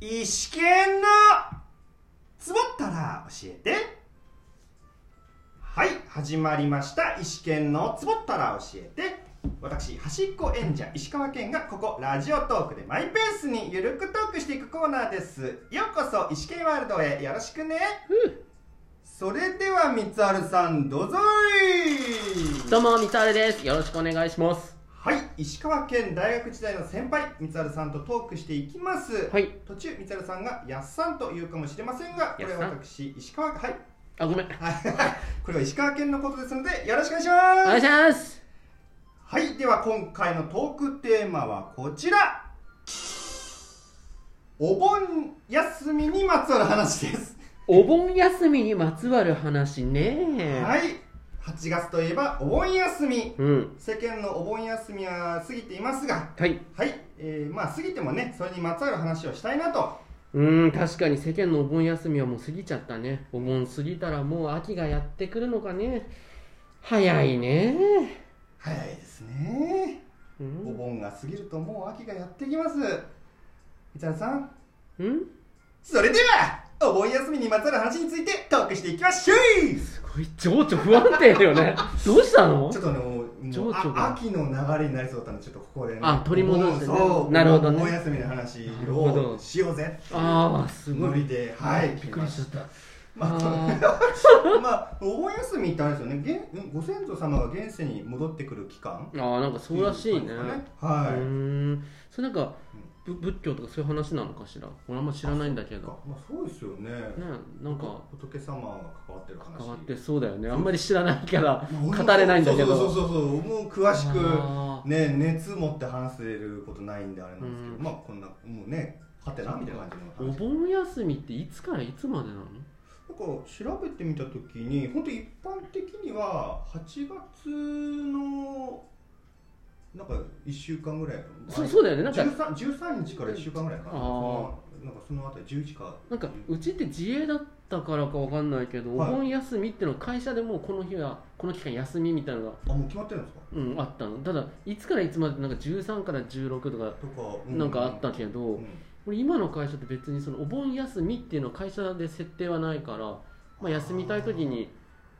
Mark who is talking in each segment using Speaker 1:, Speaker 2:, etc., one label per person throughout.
Speaker 1: 石剣のツボったら教えてはい始まりました石剣のツボったら教えて私端っこ演者石川県がここラジオトークでマイペースにゆるくトークしていくコーナーですようこそ石剣ワールドへよろしくね、それでは三春さんどうぞい
Speaker 2: どうも、みつあれです。よろしくお願いします。
Speaker 1: はい石川県大学時代の先輩三春さんとトークしていきます、
Speaker 2: はい。
Speaker 1: 途中三春さんが「やっさん」と言うかもしれませんがこれは
Speaker 2: やっさん
Speaker 1: 私石川はい
Speaker 2: あ、ごめん。
Speaker 1: これは石川県のことですのでよろしくお願いし
Speaker 2: お願
Speaker 1: ま
Speaker 2: い
Speaker 1: す
Speaker 2: します。
Speaker 1: はいでは今回のトークテーマはこちらお盆休みにまつわる話です、
Speaker 2: お盆休みにまつわる話ね。。
Speaker 1: はいい8月といえばお盆休み
Speaker 2: うん。
Speaker 1: 世間のお盆休みは過ぎていますが
Speaker 2: はい。
Speaker 1: はい、えーまあ過ぎてもねそれにまつわる話をしたいなと
Speaker 2: うーん、確かに世間のお盆休みはもう過ぎちゃったね。お盆過ぎたらもう秋がやってくるのかね。早いね。
Speaker 1: 早いですね
Speaker 2: う
Speaker 1: お
Speaker 2: ん。
Speaker 1: 盆が過ぎるともう秋がやってきます三沢さん
Speaker 2: うん
Speaker 1: それではお盆休みにまつわる話についてトークしていきましょう
Speaker 2: すごい、情緒不安定だよ ね。どうしたの
Speaker 1: ちょっとねもう
Speaker 2: 情
Speaker 1: も
Speaker 2: 緒
Speaker 1: う
Speaker 2: が
Speaker 1: あ秋の流れになりそうだったのでちょっとここで、ね、
Speaker 2: あ取り戻してね
Speaker 1: お盆そう
Speaker 2: なるほどね
Speaker 1: お盆休みの話
Speaker 2: なるほ
Speaker 1: を
Speaker 2: ど
Speaker 1: しようぜ
Speaker 2: ああ、すご
Speaker 1: 無
Speaker 2: い。
Speaker 1: 理ではい
Speaker 2: びっくりしちゃった。
Speaker 1: まあ
Speaker 2: あ
Speaker 1: とまあお盆休みってあれですよねげんご先祖様が現世に戻ってくる期間
Speaker 2: ーあー、なんかそうらしい
Speaker 1: って
Speaker 2: ね。
Speaker 1: う感じですか
Speaker 2: う
Speaker 1: はい、
Speaker 2: ーんそれなんかぶ仏教とかそういう話なのかしら俺あんま知らないんだけど
Speaker 1: まあ、そうですよね
Speaker 2: ねなんか
Speaker 1: 仏様が関わってる話
Speaker 2: 変わってそうだよねあんまり知らないから
Speaker 1: まあ俺も
Speaker 2: 語れないんだ
Speaker 1: そ
Speaker 2: け
Speaker 1: う
Speaker 2: ど
Speaker 1: そうそうそうもう詳しく
Speaker 2: あー
Speaker 1: ね熱持って話せることないんであれなんですけど、
Speaker 2: うん
Speaker 1: まあこんなもうねはてなみたいな感じ
Speaker 2: お
Speaker 1: の話
Speaker 2: 盆休みっていつからいつまでなの
Speaker 1: なんか調べてみた時に本当一般的には8月のなんか1週間ぐらい
Speaker 2: そうそうだよねなんか
Speaker 1: 13, 13日から1週間ぐらいかな
Speaker 2: あー
Speaker 1: そのなんかそのあたり11か
Speaker 2: なんかうちって自営だったからかわかんないけどお
Speaker 1: はい
Speaker 2: 盆休みってのは会社でもうこの日はこの期間休みみたいなのが、
Speaker 1: あもう決まってるんですか
Speaker 2: うん、あったのただいつからいつまでなんか13から16とか
Speaker 1: とか、う
Speaker 2: なんかあったけど、
Speaker 1: うん
Speaker 2: 俺今の会社って別にそのお盆休みっていうのは会社で設定はないから、まあ、休みたい時に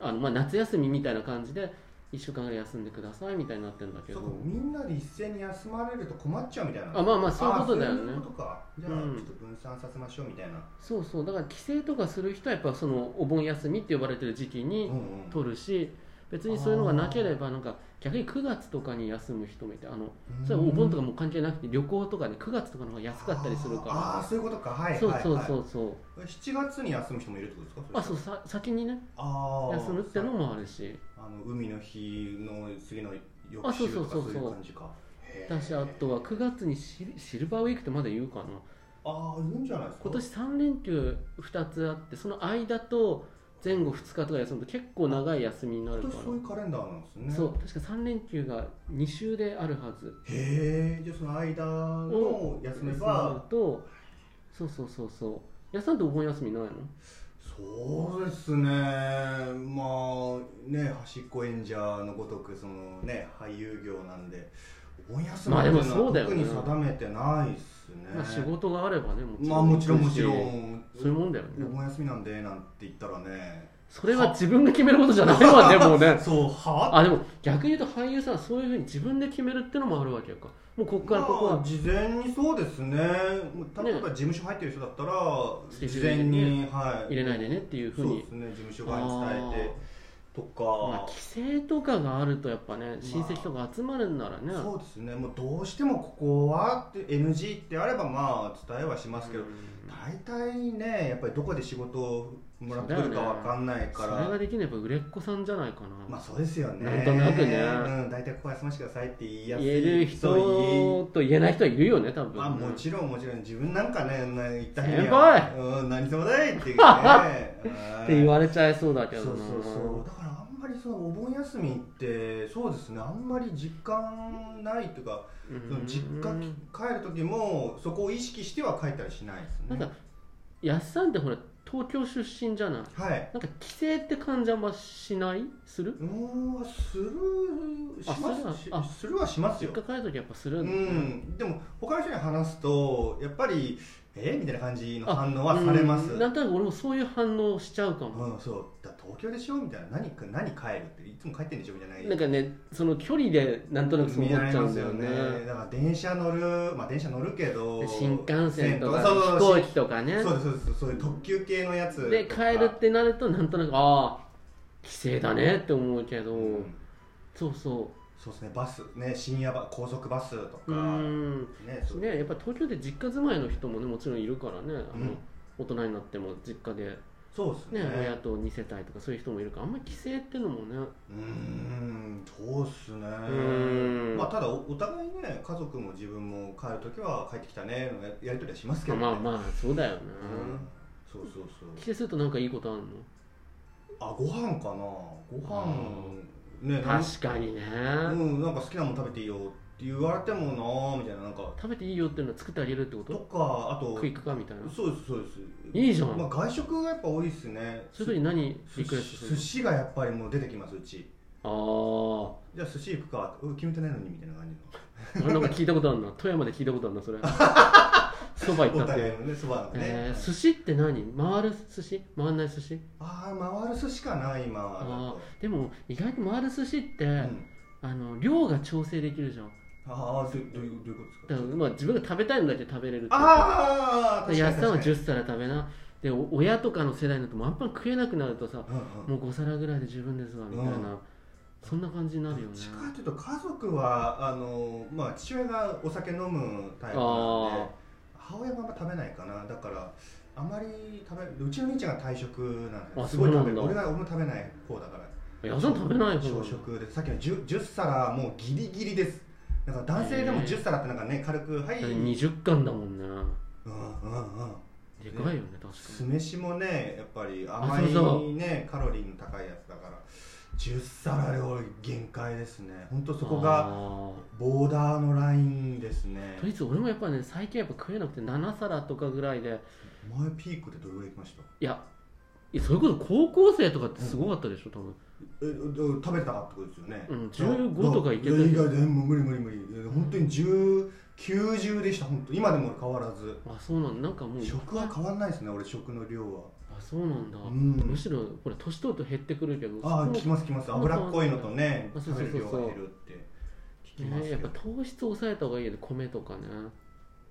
Speaker 2: あの、まあ、夏休みみたいな感じで1週間ぐらい休んでくださいみたいになってるんだけ
Speaker 1: そ
Speaker 2: ど
Speaker 1: うかみんなで一斉に休まれると困っちゃうみたいな
Speaker 2: あまあまあそういうことだよ
Speaker 1: あ
Speaker 2: ね
Speaker 1: そういうことかじゃあちょ
Speaker 2: うん
Speaker 1: っと分散させましょうみたいな、
Speaker 2: そうそうだから帰省とかする人はやっぱそのお盆休みって呼ばれてる時期
Speaker 1: うん
Speaker 2: に
Speaker 1: うん
Speaker 2: 取るし別にそういうのがなければなんか逆に9月とかに休む人もいてあのそれはお盆とかもう関係なくて旅行とかね9月とかの方が安かったりする
Speaker 1: ああ
Speaker 2: か
Speaker 1: ーそういうことかはい
Speaker 2: らそうそう
Speaker 1: は
Speaker 2: そ
Speaker 1: いう
Speaker 2: そう
Speaker 1: はい、7月に休む人もいるってことですか
Speaker 2: あそううさ先にね
Speaker 1: ああ
Speaker 2: 休むってのもあるし
Speaker 1: あの海の日の次の翌
Speaker 2: あそう
Speaker 1: 週
Speaker 2: そ
Speaker 1: と
Speaker 2: う
Speaker 1: か
Speaker 2: そ
Speaker 1: そう
Speaker 2: そう
Speaker 1: ういう感じかへー
Speaker 2: だしあとは9月にシルシルバーウィークってまだ言うかな
Speaker 1: ああいいんじゃないですか
Speaker 2: 今年3連休2つあってその間と前後2日とか休むと結構長い休みになる
Speaker 1: 今
Speaker 2: から
Speaker 1: 年そういうカレンダーなんですね
Speaker 2: そう確か3連休が2週であるはず
Speaker 1: へえじゃあその間の休めば
Speaker 2: 休むとそうそうそうそう休んでお盆休みないの
Speaker 1: そうですねまあね端っこ演者のごとくそのね俳優業なんでお盆休みっていう
Speaker 2: まあでもそうだ
Speaker 1: のは特
Speaker 2: よね
Speaker 1: に定めてないっすね、
Speaker 2: まあ仕事があればね
Speaker 1: まあもちろんもちろ
Speaker 2: 行くし
Speaker 1: ん
Speaker 2: そういうもんだよね
Speaker 1: お盆休みなんでなんて言ったらね
Speaker 2: それは自分が決めることじゃないわでもね
Speaker 1: そうは
Speaker 2: あでも逆に言うと俳優さんはそういうふうに自分で決めるってのもあるわけよかもうここからここは
Speaker 1: まあ事前にそうですね例えば事務所入ってる人だったら
Speaker 2: スケジ
Speaker 1: 事
Speaker 2: ュー
Speaker 1: 前
Speaker 2: ルに
Speaker 1: に、はい
Speaker 2: 入れないでねっていうふ
Speaker 1: そ
Speaker 2: う
Speaker 1: う
Speaker 2: に
Speaker 1: ですね事務所側に伝えてとか、
Speaker 2: まあ、帰省とかがあるとやっぱね親戚とか集まるんならね、
Speaker 1: そうですねもうどうしてもここはって NG ってあればまあ伝えはしますけど、
Speaker 2: うん
Speaker 1: 大体ねやっぱりどこで仕事をもらってくるかわかんないか
Speaker 2: そ
Speaker 1: ら、
Speaker 2: れができれば売れっ子さんじゃないかな、
Speaker 1: まあそうですよね
Speaker 2: なんとなくね
Speaker 1: うん、大体ここ休ませてくださいって言いやすい
Speaker 2: 言える
Speaker 1: そう言い
Speaker 2: 人と言えない人はいるよね多分ね、
Speaker 1: まあもちろんもちろん自分なんかねな言った日
Speaker 2: 先
Speaker 1: には
Speaker 2: 輩
Speaker 1: うん、何様だいって言 ってねはい
Speaker 2: って言われちゃいそうだけ
Speaker 1: そう
Speaker 2: ど
Speaker 1: そ
Speaker 2: な
Speaker 1: うそうだからあんまりそのお盆休みってそうですねあんまり実感ないというか
Speaker 2: うん
Speaker 1: その実家き帰る時もそこを意識しては帰ったりしないです
Speaker 2: なん
Speaker 1: ね
Speaker 2: かやっさんってほら東京出身じゃない
Speaker 1: はい
Speaker 2: なんか帰省って感じはあんましないする
Speaker 1: うーんするしま
Speaker 2: あ
Speaker 1: す
Speaker 2: す
Speaker 1: し
Speaker 2: るあ
Speaker 1: するはしますよ
Speaker 2: 実家帰るときやっぱする
Speaker 1: うん
Speaker 2: だ
Speaker 1: んでも他の人に話すとやっぱりえみたいな感じの反応はされます
Speaker 2: うんなんとなく俺もそういう反応しちゃうかも、
Speaker 1: うん、そうだ東京でしょみたいな何何帰るっていつも帰ってんでしょみたいな
Speaker 2: なんかねその距離でなんとなくそう
Speaker 1: 見
Speaker 2: 思
Speaker 1: ら
Speaker 2: っ
Speaker 1: れ
Speaker 2: ちゃう
Speaker 1: ま
Speaker 2: ん
Speaker 1: す
Speaker 2: だ
Speaker 1: よ
Speaker 2: よ
Speaker 1: ね
Speaker 2: ね
Speaker 1: だから電車乗るまあ電車乗るけど
Speaker 2: 新幹線とか
Speaker 1: そうそう
Speaker 2: 飛
Speaker 1: そう
Speaker 2: 行機とかね
Speaker 1: そうですそうですそういう特急系のやつ
Speaker 2: で
Speaker 1: とか
Speaker 2: 帰るってなるとなんとなくああ帰省だねって思うけど、
Speaker 1: うん
Speaker 2: そうそ
Speaker 1: そうですねバスね深夜バ高速バスと
Speaker 2: う
Speaker 1: か
Speaker 2: うん
Speaker 1: ねそう
Speaker 2: ねやっぱ東京で実家住まいの人もねもちろんいるからねあの、
Speaker 1: うん
Speaker 2: 大人になっても実家で、
Speaker 1: そうです
Speaker 2: ね
Speaker 1: ね
Speaker 2: 親と2世帯とかそういう人もいるからあんまり帰省ってのもね
Speaker 1: うーんそうっすね
Speaker 2: ーん
Speaker 1: まあただおお互いね家族も自分も帰るときは帰ってきたねのややりとりはしますけどね
Speaker 2: まあまあそうだよね、
Speaker 1: うんそうそうそう
Speaker 2: 帰省するとなんかいいことあるの
Speaker 1: あご飯かなご飯ねなん
Speaker 2: 確かにね、
Speaker 1: うん、なんか好きなもの食べていいよって言われてもなみたいななんか
Speaker 2: 食べていいよっていうのは作ってあげるってこと
Speaker 1: とかあと
Speaker 2: 食いかかみたいな
Speaker 1: そうですそうです
Speaker 2: いいじゃん
Speaker 1: まあ、外食がやっぱ多いですね
Speaker 2: そういう時に何
Speaker 1: す
Speaker 2: リクエストす
Speaker 1: 寿
Speaker 2: る
Speaker 1: 司がやっぱりもう出てきますうち
Speaker 2: の
Speaker 1: じゃあ寿司行くかうん決めてないのにみたいな感
Speaker 2: ああ俺なんか聞いたことあるな富山で聞いたことある なそれそば
Speaker 1: じのお
Speaker 2: 行ったって
Speaker 1: 互いのねそばのね、
Speaker 2: えー寿司って何回る寿司回んない寿司
Speaker 1: ああ回る寿司かな今は
Speaker 2: あでも意外と回る寿司って、
Speaker 1: あ、うん、
Speaker 2: あの量が調整できるじゃん
Speaker 1: あーどどういうどういうことで
Speaker 2: だ
Speaker 1: す
Speaker 2: か、
Speaker 1: から
Speaker 2: まあ、自分が食べたいのだけ食べれるっていう
Speaker 1: ああ
Speaker 2: で
Speaker 1: 確か
Speaker 2: やっ
Speaker 1: に
Speaker 2: さんは
Speaker 1: 確かに
Speaker 2: 10皿食べなでお親とかの世代になるともうあんまり食えなくなるとさ
Speaker 1: うんうん
Speaker 2: もう5皿ぐらいで十分ですわみたいな、
Speaker 1: うん
Speaker 2: そんな感じになるよ
Speaker 1: どっ
Speaker 2: ね
Speaker 1: ちかというと家族はあの、まあ、父親がお酒飲むタイプなの
Speaker 2: あ
Speaker 1: で母親があんま食べないかなだからあまり食べうちの兄ちゃんが退食なんで
Speaker 2: あ
Speaker 1: すごい食べる
Speaker 2: そうなん
Speaker 1: 俺
Speaker 2: だ
Speaker 1: が俺も食べない方だから
Speaker 2: あやっさん食べない方
Speaker 1: 朝食でさっきの 10, 10皿もうギリギリですだから男性でも
Speaker 2: へえ
Speaker 1: 10皿ってなんかね軽くはい、うんうん
Speaker 2: 20巻だもんね
Speaker 1: うん
Speaker 2: でかいよね確か
Speaker 1: 酢飯もねやっぱり甘いね
Speaker 2: あそう
Speaker 1: カロリーの高いやつだから10皿料理限界ですねほんと
Speaker 2: に
Speaker 1: そこが
Speaker 2: あ
Speaker 1: ボーダーのラインですね
Speaker 2: ーとりあえず俺もやっぱね最近やっぱ食えなくて7皿とかぐらいで
Speaker 1: 前ピークでどれぐらい行きました
Speaker 2: いやいやそれこそ高校生とかってすごかったでしょ多分
Speaker 1: えど食べたかってことですよね、
Speaker 2: うん15とかいけた
Speaker 1: いやいやでも無理無理無理いや本当に10 90でした本当今でも変わらず
Speaker 2: あそうなんだなんかもう
Speaker 1: 食は変わんないですね俺食の量は
Speaker 2: あそうなんだ、
Speaker 1: うん
Speaker 2: むしろこれ年取ると減ってくるけど
Speaker 1: ああ
Speaker 2: そ
Speaker 1: 聞
Speaker 2: こ
Speaker 1: きます聞きます脂っこいのとね
Speaker 2: あそう
Speaker 1: 食
Speaker 2: そ
Speaker 1: べ
Speaker 2: う
Speaker 1: る
Speaker 2: そう
Speaker 1: 量が減るって聞きます
Speaker 2: ね、
Speaker 1: け
Speaker 2: やっ
Speaker 1: ど
Speaker 2: ぱ糖質抑えた方がいいよね米とかね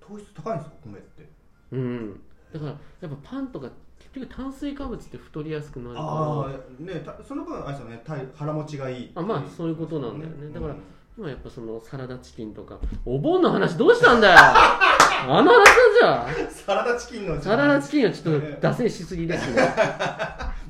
Speaker 1: 糖質高いんですか米って
Speaker 2: うんだからやっぱパンとか結局炭水化物って太りやすくなるから
Speaker 1: ああねたその分あれですよね体腹持ちがいいって
Speaker 2: あまあそういうことなんだよね
Speaker 1: うん
Speaker 2: だから今やっぱそのサラダチキンとかお盆の話どうした んだよあの話じゃん
Speaker 1: サラダチキンの
Speaker 2: サラダチキンはちょっと脱線しすぎですね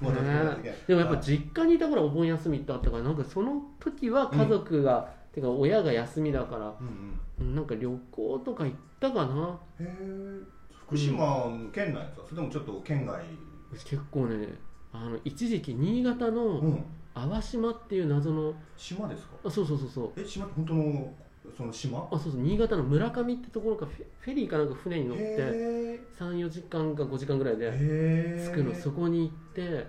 Speaker 1: もうだって
Speaker 2: ね
Speaker 1: だって
Speaker 2: でもやっぱ実家にいた頃お盆休みってあったからなんかその時は家族が、てか親が休みだから
Speaker 1: うん
Speaker 2: なんか旅行とか行ったかな
Speaker 1: うんへえ福島の県内ですかそれともちょっと県外
Speaker 2: うち結構ねあの一時期新潟の
Speaker 1: うん
Speaker 2: 淡島っていう謎の
Speaker 1: 島ですか
Speaker 2: あそうそうそうそう
Speaker 1: え島って本当のその島
Speaker 2: あそうそう新潟の村上ってところからフェフェリーかなんか船に乗って
Speaker 1: へ
Speaker 2: 34時間か5時間ぐらいで
Speaker 1: え
Speaker 2: 着くのそこに行って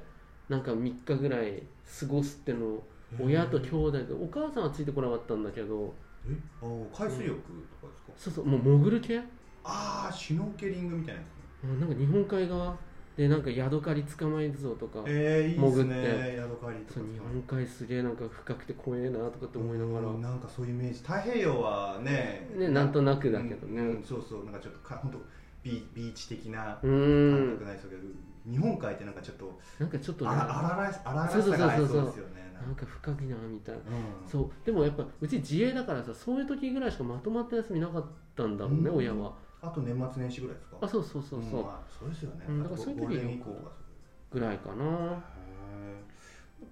Speaker 2: なんか3日ぐらい過ごすってのを親と兄弟でお母さんはついてこなかったんだけど
Speaker 1: えあ海水浴とかですか、
Speaker 2: そうそうもう潜る系も
Speaker 1: ああシュノーケリングみたいなやつね
Speaker 2: うなんか日本海側でなんかヤドカリ捕まえるぞとか
Speaker 1: えー、いいです
Speaker 2: 潜
Speaker 1: ねヤドカリとか
Speaker 2: そう日本海すげえなんか深くて怖えなとかって思いなが
Speaker 1: うん
Speaker 2: ら
Speaker 1: なんかそういうイメージ太平洋はね
Speaker 2: ねなんとなくだけどね
Speaker 1: うんうんそうそうなんかちょっとか本当ビビーチ的な
Speaker 2: うー
Speaker 1: 感覚
Speaker 2: ん
Speaker 1: ないですけど、日本海ってなんかちょっと
Speaker 2: なんかちょっとね
Speaker 1: あ
Speaker 2: な
Speaker 1: らあららあららしさがありそうですよねなん
Speaker 2: ん
Speaker 1: か
Speaker 2: か深いなみたいな
Speaker 1: うん
Speaker 2: そうでもやっぱうち自営だからさそういう時ぐらいしかまとまった休みなかったんだろうね、
Speaker 1: うん
Speaker 2: 親は
Speaker 1: あと年末年始ぐらいですか
Speaker 2: あそうそうそうそう、
Speaker 1: んまあそうですよね、
Speaker 2: うんだからそういう時
Speaker 1: ゴールデンウィークとか
Speaker 2: ぐらいかな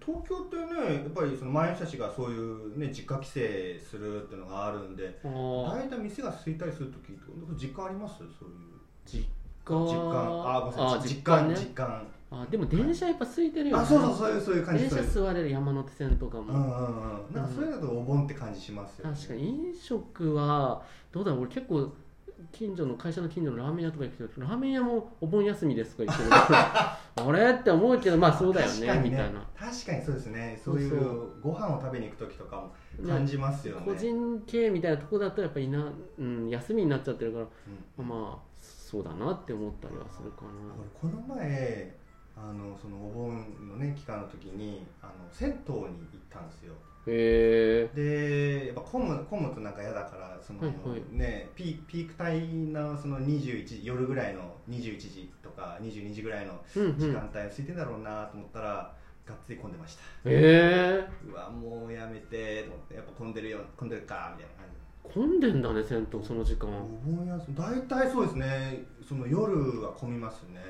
Speaker 1: 東京ってねやっぱりその前の人たちがそういうね実家帰省するっていうのがあるんで
Speaker 2: あー
Speaker 1: 大体店が空いたりするとき実家ありますそういう
Speaker 2: 実家
Speaker 1: 実感あごめんなさい実
Speaker 2: 実家
Speaker 1: 感
Speaker 2: ね
Speaker 1: 実感
Speaker 2: あでも電車やっぱ空いてるよね
Speaker 1: あそうそうそういうそういう感じ
Speaker 2: 電
Speaker 1: そう
Speaker 2: 車
Speaker 1: いう
Speaker 2: 座れる山手線とか
Speaker 1: うんう
Speaker 2: も、
Speaker 1: んうんなんかそういうのだとお盆って感じしますよね
Speaker 2: 確かに飲食はどうだろう俺結構近所の会社の近所のラーメン屋とか行くとラーメン屋もお盆休みですとか言ってるから あれって思うけどまあそうだよ
Speaker 1: 確
Speaker 2: ね
Speaker 1: かに
Speaker 2: みたいな
Speaker 1: 確かにそうですねそうい
Speaker 2: そうそう
Speaker 1: うご飯を食べに行く時とかも感じますよね
Speaker 2: 個人経営みたいなとこだとやっぱいな、うん、休みになっちゃってるから
Speaker 1: うん
Speaker 2: まあそうだなって思ったりはするかな
Speaker 1: 俺この前あのそのお盆のね期間の時にあの銭湯に行ったんですよ
Speaker 2: へえ
Speaker 1: でやっぱ混む混むとなんか嫌だからその、
Speaker 2: はいはい
Speaker 1: ねピピーク帯なその21時夜ぐらいの21時とか22時ぐらいの
Speaker 2: うんう
Speaker 1: 時
Speaker 2: んへ
Speaker 1: 間帯空いてんだろうなと思ったら、がっつり混んでました
Speaker 2: え
Speaker 1: うわもうやめてと思ってやっぱ混んでるよ混んでるかみたいな感じ
Speaker 2: 混んでんだね銭湯その時間
Speaker 1: お盆休み大体そうですねその夜は混みますね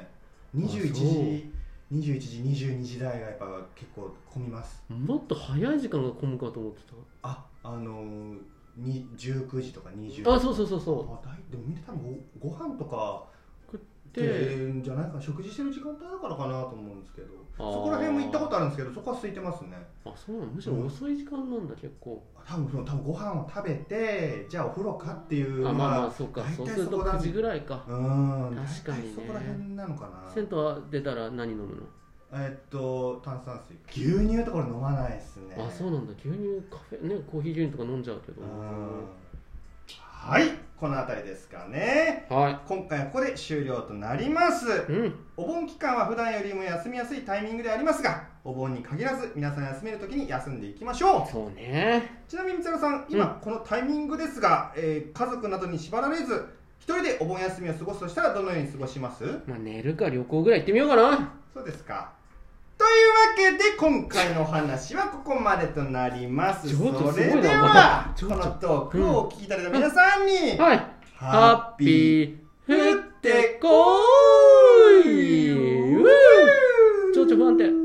Speaker 1: 21
Speaker 2: そう
Speaker 1: 時21時22時台がやっぱ結構混みます
Speaker 2: もっと早い時間が混むかと思って
Speaker 1: ああのー、に19時とか20時
Speaker 2: たあそうそうそうそ
Speaker 1: あだいでもみんな多分ごご飯とか
Speaker 2: うで
Speaker 1: でじゃないかな食事してる時間帯だからかなと思うんですけど
Speaker 2: あー
Speaker 1: そこら辺も行ったことあるんですけどそこは空いてますね
Speaker 2: あそうなのむしろ遅い時間なんだ結構
Speaker 1: あ多分その多分ご飯を食べてじゃあお風呂かっていう
Speaker 2: あまあま
Speaker 1: ま
Speaker 2: あそうか
Speaker 1: 大体
Speaker 2: そうすると
Speaker 1: そこだね
Speaker 2: 9時ぐらいか
Speaker 1: あうん
Speaker 2: 確か
Speaker 1: 大体
Speaker 2: にね
Speaker 1: そこら辺なのかな
Speaker 2: 銭湯は出たら何飲むの、
Speaker 1: えっと炭酸水牛乳とか俺飲まないですね
Speaker 2: あそうなんだ牛乳カフェねコーヒー牛乳とか飲んじゃうけど
Speaker 1: うんはいこの辺りですかね
Speaker 2: は
Speaker 1: 今回はここで終了となります
Speaker 2: いうん
Speaker 1: お盆期間は普段よりも休みやすいタイミングでありますがお盆に限らず皆さん休める時に休んでいきましょ
Speaker 2: そうね
Speaker 1: うちなみにみつるさん今このタイミングですが、えー家族などに縛られず一人でお盆休みを過ごすとしたらどのように過ごします
Speaker 2: まあ寝るか旅行ぐらい行ってみようかな
Speaker 1: そうですか。というわけで今回のお話はここまでとなります。
Speaker 2: ち
Speaker 1: そ
Speaker 2: ょっとすごいな
Speaker 1: れでは
Speaker 2: ちょ
Speaker 1: こ
Speaker 2: っと
Speaker 1: のトークをお聞きいただいた皆さんに
Speaker 2: はい
Speaker 1: ハッピー
Speaker 2: ー降ってこ
Speaker 1: ー
Speaker 2: ーいうん情緒不安定